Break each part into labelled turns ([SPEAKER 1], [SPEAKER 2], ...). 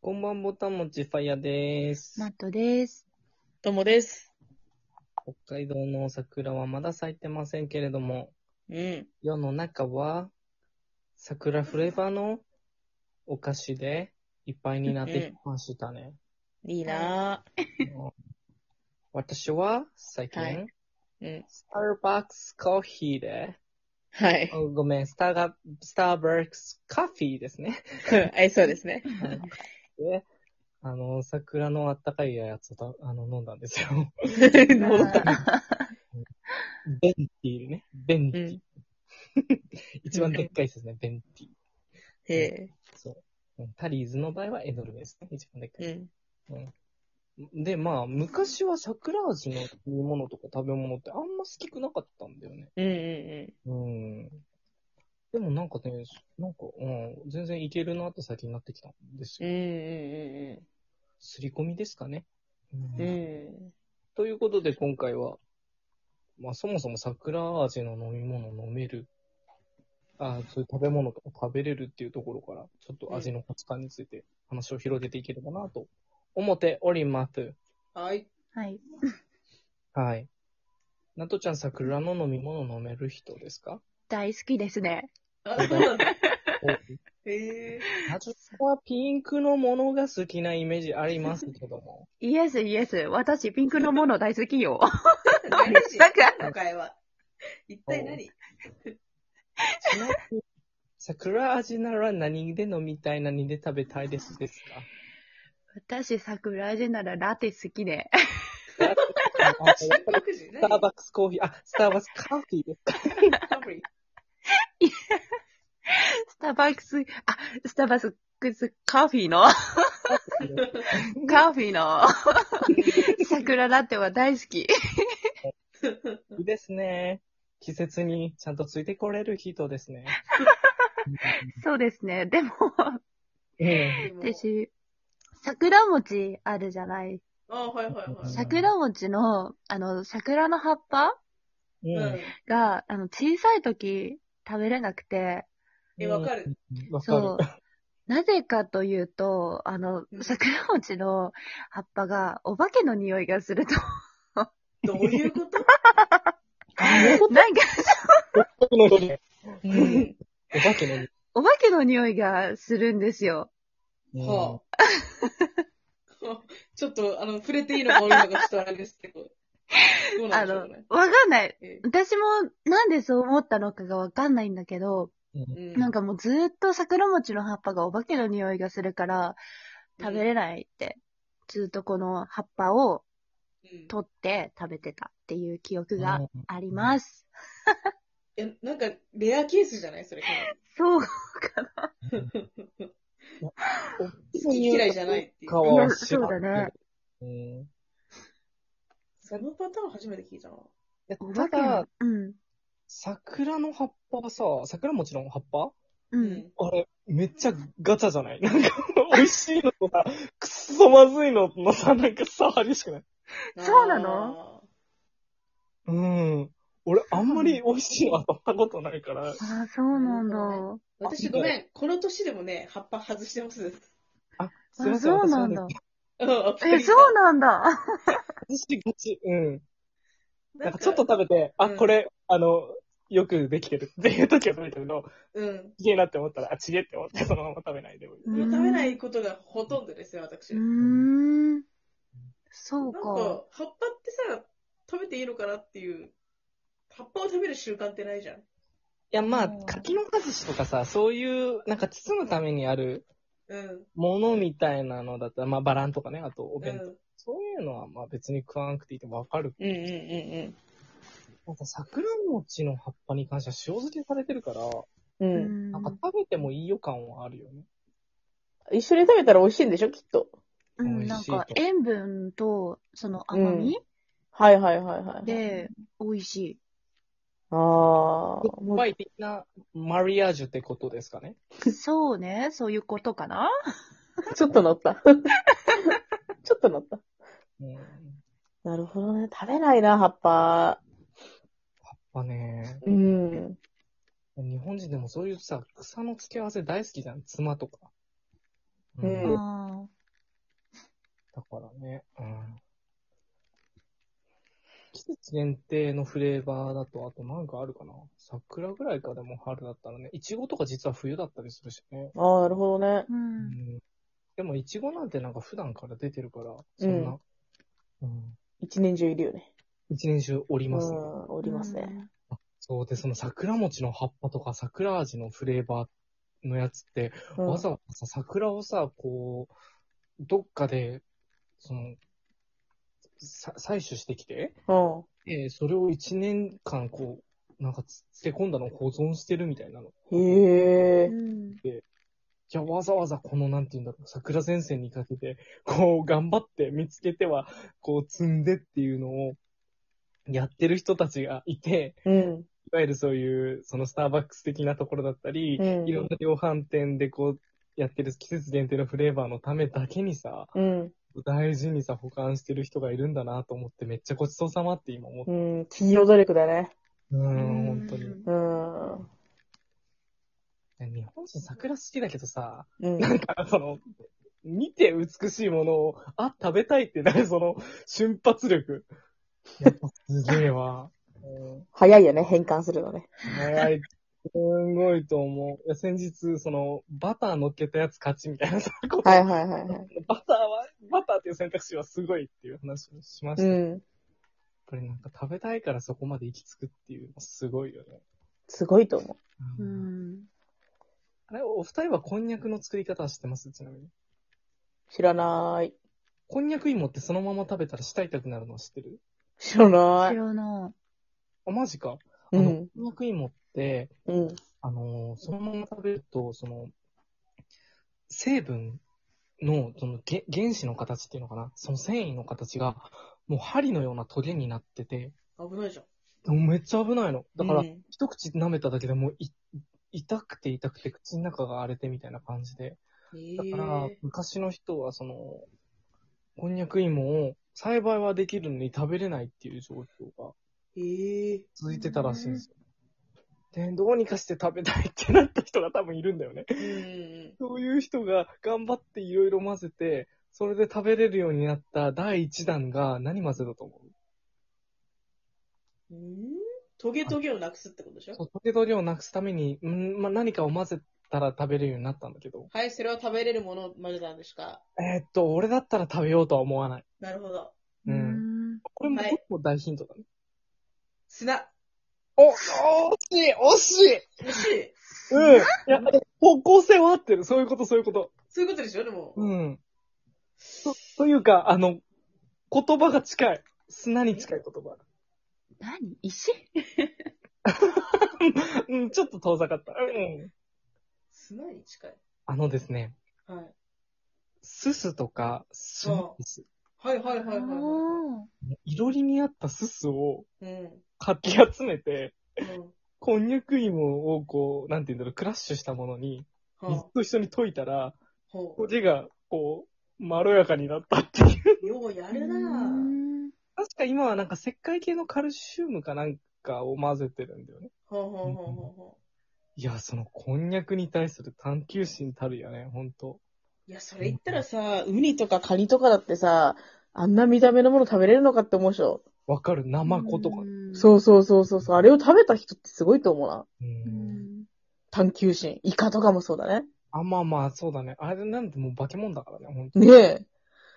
[SPEAKER 1] こんばんぼたもちさやです。
[SPEAKER 2] マットです。
[SPEAKER 3] ともです。
[SPEAKER 1] 北海道の桜はまだ咲いてませんけれども、
[SPEAKER 3] うん。
[SPEAKER 1] 世の中は桜フレーバーのお菓子でいっぱいになってきましたね。
[SPEAKER 3] いいな
[SPEAKER 1] あの私は最近、
[SPEAKER 3] はいぁ。うん。
[SPEAKER 1] スターバックスコーヒーで、
[SPEAKER 3] はい。
[SPEAKER 1] あごめん、スターが、スターバックスカフィーですね。
[SPEAKER 3] はい、そうですね。
[SPEAKER 1] で、あの、桜のあったかいやつをたあの飲んだんですよ。
[SPEAKER 3] 戻った。
[SPEAKER 1] ベンティーね。ベンティー。
[SPEAKER 3] うん
[SPEAKER 1] 一番でっかいやつですね、ベンティー。
[SPEAKER 3] え
[SPEAKER 1] そう。うんタリーズの場合はエドルメですね。一番でっかい。
[SPEAKER 3] え。うん。
[SPEAKER 1] で、まあ、昔は桜味の飲み物とか食べ物ってあんま好きくなかったんだよね。
[SPEAKER 3] うんう
[SPEAKER 1] うん。でもなんかね、なんか、うん、全然いけるなって最近なってきたんです
[SPEAKER 3] んうん。う
[SPEAKER 1] よ。
[SPEAKER 3] んう
[SPEAKER 1] すり込みですかね。
[SPEAKER 3] んうんうん。うん。
[SPEAKER 1] ということで今回は、まあそもそも桜味の飲み物飲める、あそういう食べ物とか食べれるっていうところから、ちょっと味の価値観について話を広げていければなと思っております。
[SPEAKER 3] はい。
[SPEAKER 2] はい。
[SPEAKER 1] はい。なとちゃん桜の飲み物飲める人ですか
[SPEAKER 2] 大好きですね。
[SPEAKER 3] あ、そうなんだ。
[SPEAKER 1] お
[SPEAKER 3] ええ。
[SPEAKER 1] なとちゃんはピンクのものが好きなイメージありますけども。
[SPEAKER 2] イエスイエス。私、ピンクのもの大好きよ。
[SPEAKER 3] 何
[SPEAKER 2] だから、
[SPEAKER 3] 今回は。一体 何
[SPEAKER 1] ちなみに桜味なら何で飲みたい何で食べたいですですか
[SPEAKER 2] 私、桜味ならラテ好きで。
[SPEAKER 3] 各自
[SPEAKER 1] ス
[SPEAKER 3] 何
[SPEAKER 1] ターバックスコーヒー、あ、スターバックスカーフィーですか。
[SPEAKER 3] カブリ
[SPEAKER 2] スターバックス、あ、スターバックスカフィーの、カフィーの、桜ラテは大好き。
[SPEAKER 1] いいですね。季節にちゃんとついてこれる人です ね。
[SPEAKER 2] そうですね。でも、
[SPEAKER 1] うん
[SPEAKER 3] でも
[SPEAKER 2] 私、桜餅あるじゃない。
[SPEAKER 3] あ、はいはいはい。
[SPEAKER 2] 桜餅の、あの、桜の葉っぱ
[SPEAKER 1] う
[SPEAKER 3] うん
[SPEAKER 1] ん。。
[SPEAKER 2] が、あの、小さい時食べれなくて、
[SPEAKER 3] え、わかる。
[SPEAKER 1] うん。わか
[SPEAKER 2] そう
[SPEAKER 1] る。。
[SPEAKER 2] なぜかというと、あの
[SPEAKER 3] う、ん
[SPEAKER 2] 桜餅の葉っぱがお化けの匂いがすると、
[SPEAKER 3] どういう こと
[SPEAKER 2] なんか、
[SPEAKER 1] 僕のことで
[SPEAKER 3] うん。
[SPEAKER 1] お化けの匂い。
[SPEAKER 2] お化けの匂いがするんですよ。
[SPEAKER 1] うん
[SPEAKER 3] はあ。ちょっと、あの、触れていいのか悪いのかちょっとあれですけど。どうな
[SPEAKER 2] あ
[SPEAKER 3] んでしょ
[SPEAKER 2] の
[SPEAKER 3] うね、。
[SPEAKER 2] わかんない。
[SPEAKER 3] え
[SPEAKER 2] 私もなんでそう思ったのかがわかんないんだけど、
[SPEAKER 3] えう
[SPEAKER 2] なんかもうずーっと桜餅の葉っぱがお化けの匂いがするから、食べれないって、ずーっとこの葉っぱを
[SPEAKER 3] うん
[SPEAKER 2] 取って食べてたっていう記憶があります。
[SPEAKER 3] いや、なんか、レアケースじゃないそれか
[SPEAKER 2] そう。
[SPEAKER 1] うん
[SPEAKER 3] 好き嫌いじゃないっていう
[SPEAKER 1] かは
[SPEAKER 2] そうそうだね。
[SPEAKER 1] うん
[SPEAKER 3] そのパターン初めて聞いたな。
[SPEAKER 1] で
[SPEAKER 2] お
[SPEAKER 1] た
[SPEAKER 2] 化けの
[SPEAKER 1] だ、、
[SPEAKER 2] うん。
[SPEAKER 1] 桜の葉っぱはさ、桜もちろん葉っぱ
[SPEAKER 2] うん。。
[SPEAKER 1] あれ、めっちゃガチャじゃないなんか、美味しいのとさ、くっそまずいののさ、なんかさ、激しくない
[SPEAKER 2] そうなの
[SPEAKER 1] うん。俺、あんまり美味しいの当たったことない から。
[SPEAKER 2] ああ、そうなんだ。
[SPEAKER 3] なるあー私ごめん、この年でもね、葉っぱ外してます。
[SPEAKER 1] あ、すい
[SPEAKER 2] あ
[SPEAKER 1] ません。
[SPEAKER 2] そうなんだ
[SPEAKER 1] 私はね。
[SPEAKER 2] え、そうなんだ。
[SPEAKER 1] 私ガチ。うん。
[SPEAKER 3] な
[SPEAKER 1] なんかちょっと、食べて、あ、
[SPEAKER 3] うん
[SPEAKER 1] これ、あの、よくできてるっていう時は食べたけど、
[SPEAKER 3] うん。
[SPEAKER 1] ちげえなって思ったら、あ、ちげえって思って、そのまま食べないでもいい。
[SPEAKER 2] うん
[SPEAKER 3] 食べないことがほとんどですよ、
[SPEAKER 2] う
[SPEAKER 3] 私。
[SPEAKER 2] ー
[SPEAKER 3] なん
[SPEAKER 2] ん。
[SPEAKER 3] か、
[SPEAKER 2] そうか。
[SPEAKER 3] 葉っぱってさ、食べていいのかなっていう、葉っぱを食べる習慣ってないじゃん。
[SPEAKER 1] いや、まあ
[SPEAKER 2] うん、
[SPEAKER 1] 柿の外しとかさ、そういう、なんか包むためにある
[SPEAKER 3] うん。
[SPEAKER 1] ものみたいなのだったら、まあ、バランとかね、あとお
[SPEAKER 3] うん。う
[SPEAKER 1] 弁
[SPEAKER 3] ん
[SPEAKER 1] 当。そういうのは、まあ別に食わなくていいってわかる。
[SPEAKER 3] うんうん
[SPEAKER 1] なんか桜餅の葉っぱに関しては塩漬けされてるから、
[SPEAKER 3] う
[SPEAKER 2] うんん
[SPEAKER 1] なんか食べてもいい予感はあるよね。
[SPEAKER 3] 一緒に食べたら美味しいんでしょ、きっと。
[SPEAKER 2] うん、
[SPEAKER 1] 美
[SPEAKER 2] な
[SPEAKER 1] 味
[SPEAKER 2] ん
[SPEAKER 1] しいと
[SPEAKER 2] か塩分とその甘み
[SPEAKER 3] はいはいはいはい。
[SPEAKER 2] で美味しい。
[SPEAKER 3] ああ、も
[SPEAKER 1] 失敗的なマリアージュってことですかね。
[SPEAKER 2] そうね、そういうことかな。
[SPEAKER 3] うちょっと 乗った。ちょっと乗った。
[SPEAKER 1] うん。やっ
[SPEAKER 3] なるほどね。食べないな、葉っぱ。
[SPEAKER 1] ぱね、
[SPEAKER 3] うん。
[SPEAKER 1] 日本人でもそういうさ、草の付け合わせ大好きじゃん。妻とか。
[SPEAKER 3] うん
[SPEAKER 2] あ
[SPEAKER 1] ね。うん。季節限定のフレーバーだと、あとなんかあるかな桜ぐらいかでも春だったらね、いちごとか実は冬だったりするしね。
[SPEAKER 4] ああ、なるほどね。
[SPEAKER 2] う。
[SPEAKER 1] うんん。でもいちごなんてなんか普段から出てるから、そんな、うん。
[SPEAKER 4] 一年中いるよね。
[SPEAKER 1] 一年中おりますね。
[SPEAKER 4] うん、おりますね。
[SPEAKER 1] そうで、その桜餅の葉っぱとか桜味のフレーバーのやつって、
[SPEAKER 4] うん
[SPEAKER 1] わざわざ桜をさ、こう、どっかで、その、さ採取してきて、
[SPEAKER 4] うん。
[SPEAKER 1] えーそれを1年間こう、なんかつ、捨て込んだのを保存してるみたいなの。い
[SPEAKER 4] へえ
[SPEAKER 2] う。ん。
[SPEAKER 1] や、わざわざこの、なんて言うんだろう、桜前線にかけて、こう、頑張って見つけては、こう、積んでっていうのを、やってる人たちがいて、
[SPEAKER 4] うん。
[SPEAKER 1] いわゆるそういう、そのスターバックス的なところだったり、
[SPEAKER 4] うん
[SPEAKER 1] いろんな量販店でこう、やってる季節限定のフレーバーのためだけにさ、
[SPEAKER 4] うん。
[SPEAKER 1] 大事にさ、保管してる人がいるんだなと思って、めっちゃごちそうさまって今思って。
[SPEAKER 4] うん。企業努力だね。
[SPEAKER 1] う、
[SPEAKER 2] うん
[SPEAKER 1] 本当に。
[SPEAKER 4] うん。う
[SPEAKER 1] 日本人桜好きだけどさ、
[SPEAKER 4] ん。
[SPEAKER 1] なんかその、見て美しいものを、あ、食べたいってなるその瞬発力。やっぱすげえわ。 うん
[SPEAKER 4] 早いよね、変換するのね。
[SPEAKER 1] 早い。すんごいと思う。いや、先日、その、バター乗っけたやつ勝ちみたいなさ、こと
[SPEAKER 4] はいはいはいはい。
[SPEAKER 1] バターは、バターっていう選択肢はすごいっていう話をしました。
[SPEAKER 4] う
[SPEAKER 1] やっ
[SPEAKER 4] ん。
[SPEAKER 1] ぱりなんか食べたいからそこまで行き着くっていうのすごいよね。
[SPEAKER 4] すごいと思
[SPEAKER 2] うん。
[SPEAKER 1] あれ、お二人はこんにゃくの作り方は知ってますちなみに。
[SPEAKER 4] う。知らない。
[SPEAKER 1] こんにゃく芋ってそのまま食べたら舌痛くなるのは知ってる
[SPEAKER 4] 知らな
[SPEAKER 2] 知
[SPEAKER 4] い。
[SPEAKER 2] らな
[SPEAKER 1] あ、マジか。あ
[SPEAKER 4] う
[SPEAKER 1] の、
[SPEAKER 4] ん。
[SPEAKER 1] こんにゃく芋って、
[SPEAKER 4] うん。
[SPEAKER 1] あのーそのまま食べると、その、成分の、その、げ原子の形っていうのかなその繊維の形が、もう針のようなトゲになってて、
[SPEAKER 3] 危ないじゃん。
[SPEAKER 1] でもめっちゃ危ないの。だから、
[SPEAKER 4] うん
[SPEAKER 1] 一口舐めただけでもうい痛くて痛くて口の中が荒れてみたいな感じで。
[SPEAKER 3] え
[SPEAKER 1] だから、昔の人はその、こんにゃく芋を栽培はできるのに食べれないっていう状況が
[SPEAKER 3] えー、え
[SPEAKER 1] 続いてたらしいんですよ。で、どうにかして食べたいってなった人が多分いるんだよね。
[SPEAKER 3] ー、うん。
[SPEAKER 1] そういう人が頑張っていろいろ混ぜて、それで食べれるようになった第一弾が何混ぜだと思う
[SPEAKER 3] うんトゲトゲをなくすってことでし
[SPEAKER 1] そう
[SPEAKER 3] ょ
[SPEAKER 1] トゲトゲをなくすために、うんまあ、何かを混ぜたら食べれるようになったんだけど、
[SPEAKER 3] はい、それは食べれるものを混ぜたんですか
[SPEAKER 1] えーっと、俺だったら食べようとは思わない。
[SPEAKER 3] なるほど。
[SPEAKER 2] い。ん。
[SPEAKER 1] これも
[SPEAKER 3] はい
[SPEAKER 1] 結構大ヒントだね。
[SPEAKER 3] 砂。
[SPEAKER 1] お、惜しい惜しい
[SPEAKER 3] 惜しい。
[SPEAKER 1] うん。いや、方向性は合ってる。そういうこと、そういうこと。
[SPEAKER 3] そういうことでしょでも。
[SPEAKER 1] うん。と、というか、あの、言葉が近い。砂に近い言葉。
[SPEAKER 2] 何石
[SPEAKER 1] うん、ちょっと遠ざかった。うん。
[SPEAKER 3] 砂に近い。
[SPEAKER 1] あのですね、
[SPEAKER 3] はい。
[SPEAKER 1] すすとか、すです。
[SPEAKER 3] はいはいはいはいは
[SPEAKER 2] お
[SPEAKER 1] いろりにあったすすを
[SPEAKER 3] い。うん。
[SPEAKER 1] かき集めて、
[SPEAKER 3] うん。
[SPEAKER 1] こんにゃく芋をこう、なんて言うんだろう、クラッシュしたものに、水
[SPEAKER 3] は
[SPEAKER 1] と一緒に溶いたら、
[SPEAKER 3] あ、ほ
[SPEAKER 1] こじが、こう、まろやかになったっていう。
[SPEAKER 3] う。ようや
[SPEAKER 2] ー
[SPEAKER 3] るなぁ。
[SPEAKER 1] 確か今はなんか石灰系のカルシウムかなんかを混ぜてるんだよね。
[SPEAKER 3] ほうほうほうほうほ
[SPEAKER 1] いや、そのこんにゃくに対する探求心たるやね、ほんと。
[SPEAKER 3] う。いや、それ言ったらさ、
[SPEAKER 4] ウニとかカニとかだってさ、あんな見た目のもの食べれるのかって思うでしょ。
[SPEAKER 1] わかる、ナマコとか。。
[SPEAKER 4] そうそうそうそうそう。あれを食べた人ってすごいと思うな。
[SPEAKER 1] う。
[SPEAKER 2] うんん。
[SPEAKER 4] 探求心。イカとかもそうだね。
[SPEAKER 1] あ、まあまあ、そうだね。あれなんてもう化け物だからね、ほんと。
[SPEAKER 4] ねえ。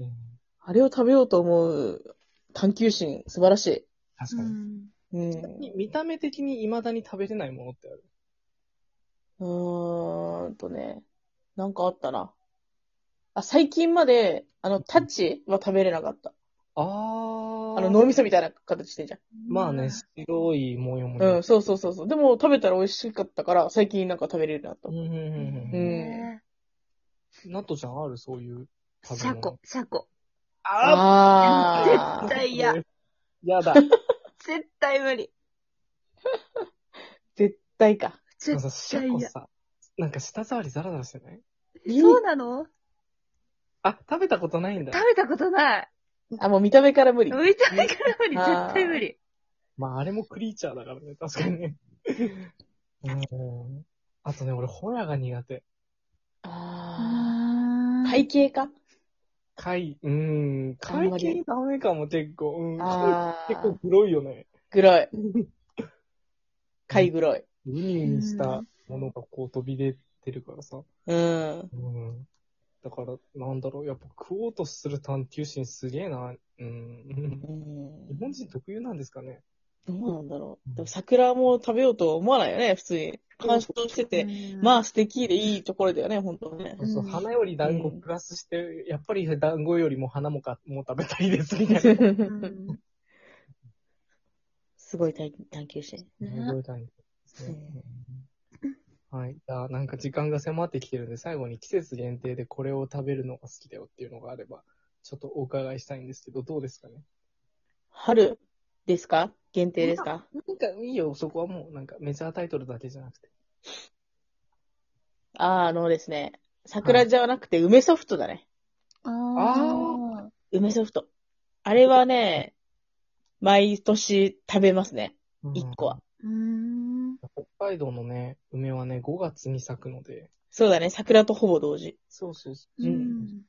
[SPEAKER 1] うん
[SPEAKER 4] あれを食べようと思う探求心、素晴らし
[SPEAKER 1] 確かに。
[SPEAKER 4] い。うん。
[SPEAKER 1] ちなみに見た目的に未だに食べれないものってある。
[SPEAKER 4] うーんとね、なんかあったな。あ、最近まで、あの、タッチは食べれなかった。
[SPEAKER 1] あー。
[SPEAKER 4] あの、脳みそみたいな形してんじゃん。
[SPEAKER 1] まあね、白い模様も
[SPEAKER 4] うん、そうそうそうそう。でも食べたら美味しかったから、最近なんか食べれるようになっ
[SPEAKER 1] うんうんう
[SPEAKER 4] う
[SPEAKER 1] んうんん。
[SPEAKER 2] ね。
[SPEAKER 1] ナトちゃんあるそういう食
[SPEAKER 2] シ
[SPEAKER 1] べ
[SPEAKER 2] ャコ
[SPEAKER 1] 物。、
[SPEAKER 2] シャコ。
[SPEAKER 4] た。
[SPEAKER 1] あ
[SPEAKER 4] あ
[SPEAKER 2] 絶
[SPEAKER 4] あ、
[SPEAKER 2] 対嫌。
[SPEAKER 1] やだ。
[SPEAKER 2] 絶対無理。
[SPEAKER 4] 絶対か。
[SPEAKER 1] でも
[SPEAKER 2] 絶
[SPEAKER 1] さ、シャ
[SPEAKER 2] 対
[SPEAKER 1] コ
[SPEAKER 2] 嫌。
[SPEAKER 1] さ、なんか舌触りザラザラしてない
[SPEAKER 2] そうなの
[SPEAKER 1] あ、食べたことないんだ。
[SPEAKER 2] 食べたことない。
[SPEAKER 4] あ、もう見た目から無理。
[SPEAKER 2] 浮いた目から無理。
[SPEAKER 4] あー
[SPEAKER 2] 絶対無理。
[SPEAKER 1] まあ、あれもクリーチャーだからね、確かにね。うん。あとね、俺、ホラが苦手。
[SPEAKER 4] ああ、
[SPEAKER 2] あ
[SPEAKER 4] 体型か
[SPEAKER 1] 貝、うーん、貝系ダメかも、結構。うん、貝
[SPEAKER 3] あ
[SPEAKER 1] 結
[SPEAKER 3] ー
[SPEAKER 1] 構、黒いよね。
[SPEAKER 3] グロい。 貝グロい。
[SPEAKER 1] ウニウニしたものがこう飛び出てるからさ。
[SPEAKER 3] うん。
[SPEAKER 1] うん。だから、なんだろう、やっぱ食おうとする探求心すげえな。うん。
[SPEAKER 3] うん
[SPEAKER 1] 日本人特有なんですかね。
[SPEAKER 3] どうなんだろう。でも桜も食べようとは思わないよね、普通に。鑑賞してて。まあ素敵でいいところだよね、本当ね
[SPEAKER 1] そ。うそう、
[SPEAKER 2] うん
[SPEAKER 1] 花より団子プラスして、やっぱり団子よりも花もか、もう食べたいです、みたいな。
[SPEAKER 2] うん。
[SPEAKER 3] すごい探探求心。
[SPEAKER 2] ね
[SPEAKER 1] すごい感じですね はい。じゃあ、なんか時間が迫ってきてるんで、最後に季節限定でこれを食べるのが好きだよっていうのがあれば、ちょっとお伺いしたいんですけど、どうですかね
[SPEAKER 3] 春ですか限定ですか
[SPEAKER 1] なんかいいよ、そこはもう、なんかメジャータイトルだけじゃなくて。
[SPEAKER 3] あーあのですね、桜じゃなくて梅ソフトだね。
[SPEAKER 2] あ
[SPEAKER 3] 梅ソフト。あれはね、毎年食べますね。一個は。
[SPEAKER 2] ーうん。
[SPEAKER 1] 北海道のね、梅はね、5月に咲くので。
[SPEAKER 3] そうだね、桜とほぼ同時。
[SPEAKER 1] そうそうそうう。
[SPEAKER 2] ん。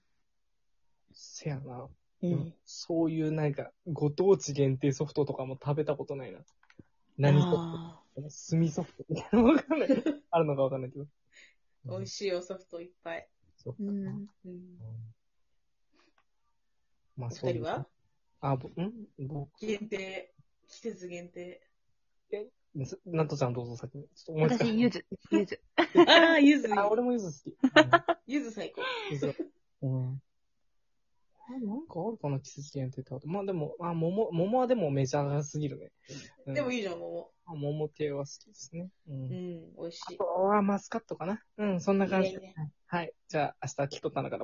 [SPEAKER 1] せやな、
[SPEAKER 3] うん。
[SPEAKER 1] そういうなんか、ご当地限定ソフトとかも食べたことないな。何ソフ
[SPEAKER 3] あ
[SPEAKER 1] ト炭ソフトみたいなのわかんない。あるのかわかんないけど。
[SPEAKER 5] 美味しいおソフトいっぱい。
[SPEAKER 1] そう
[SPEAKER 2] う
[SPEAKER 1] か
[SPEAKER 2] ん。
[SPEAKER 5] うん。
[SPEAKER 1] まあ
[SPEAKER 5] お
[SPEAKER 1] そう
[SPEAKER 5] 二人
[SPEAKER 1] いう
[SPEAKER 5] は
[SPEAKER 1] あ、ぼん僕、
[SPEAKER 5] 限定。季節限定。
[SPEAKER 1] ずなんとちゃんどうぞ先に。ちょっと思いつかない
[SPEAKER 2] 私、ゆず。ゆ ず。
[SPEAKER 5] ああ、ゆず。
[SPEAKER 1] あ、俺もゆず好き。
[SPEAKER 5] ゆず最高。
[SPEAKER 1] うんゆずうんあなんかあるかな季節限定ってあと。まあでも、あ、桃、桃はでもメジャーすぎるね。うん
[SPEAKER 5] でもいいじゃん、桃。
[SPEAKER 1] あ桃系は好きですね。うん
[SPEAKER 5] うん、美味しい。
[SPEAKER 1] あとはマスカットかなうん、そんな感じ。
[SPEAKER 3] いいね
[SPEAKER 1] はい。じゃあ、明日、キットタナから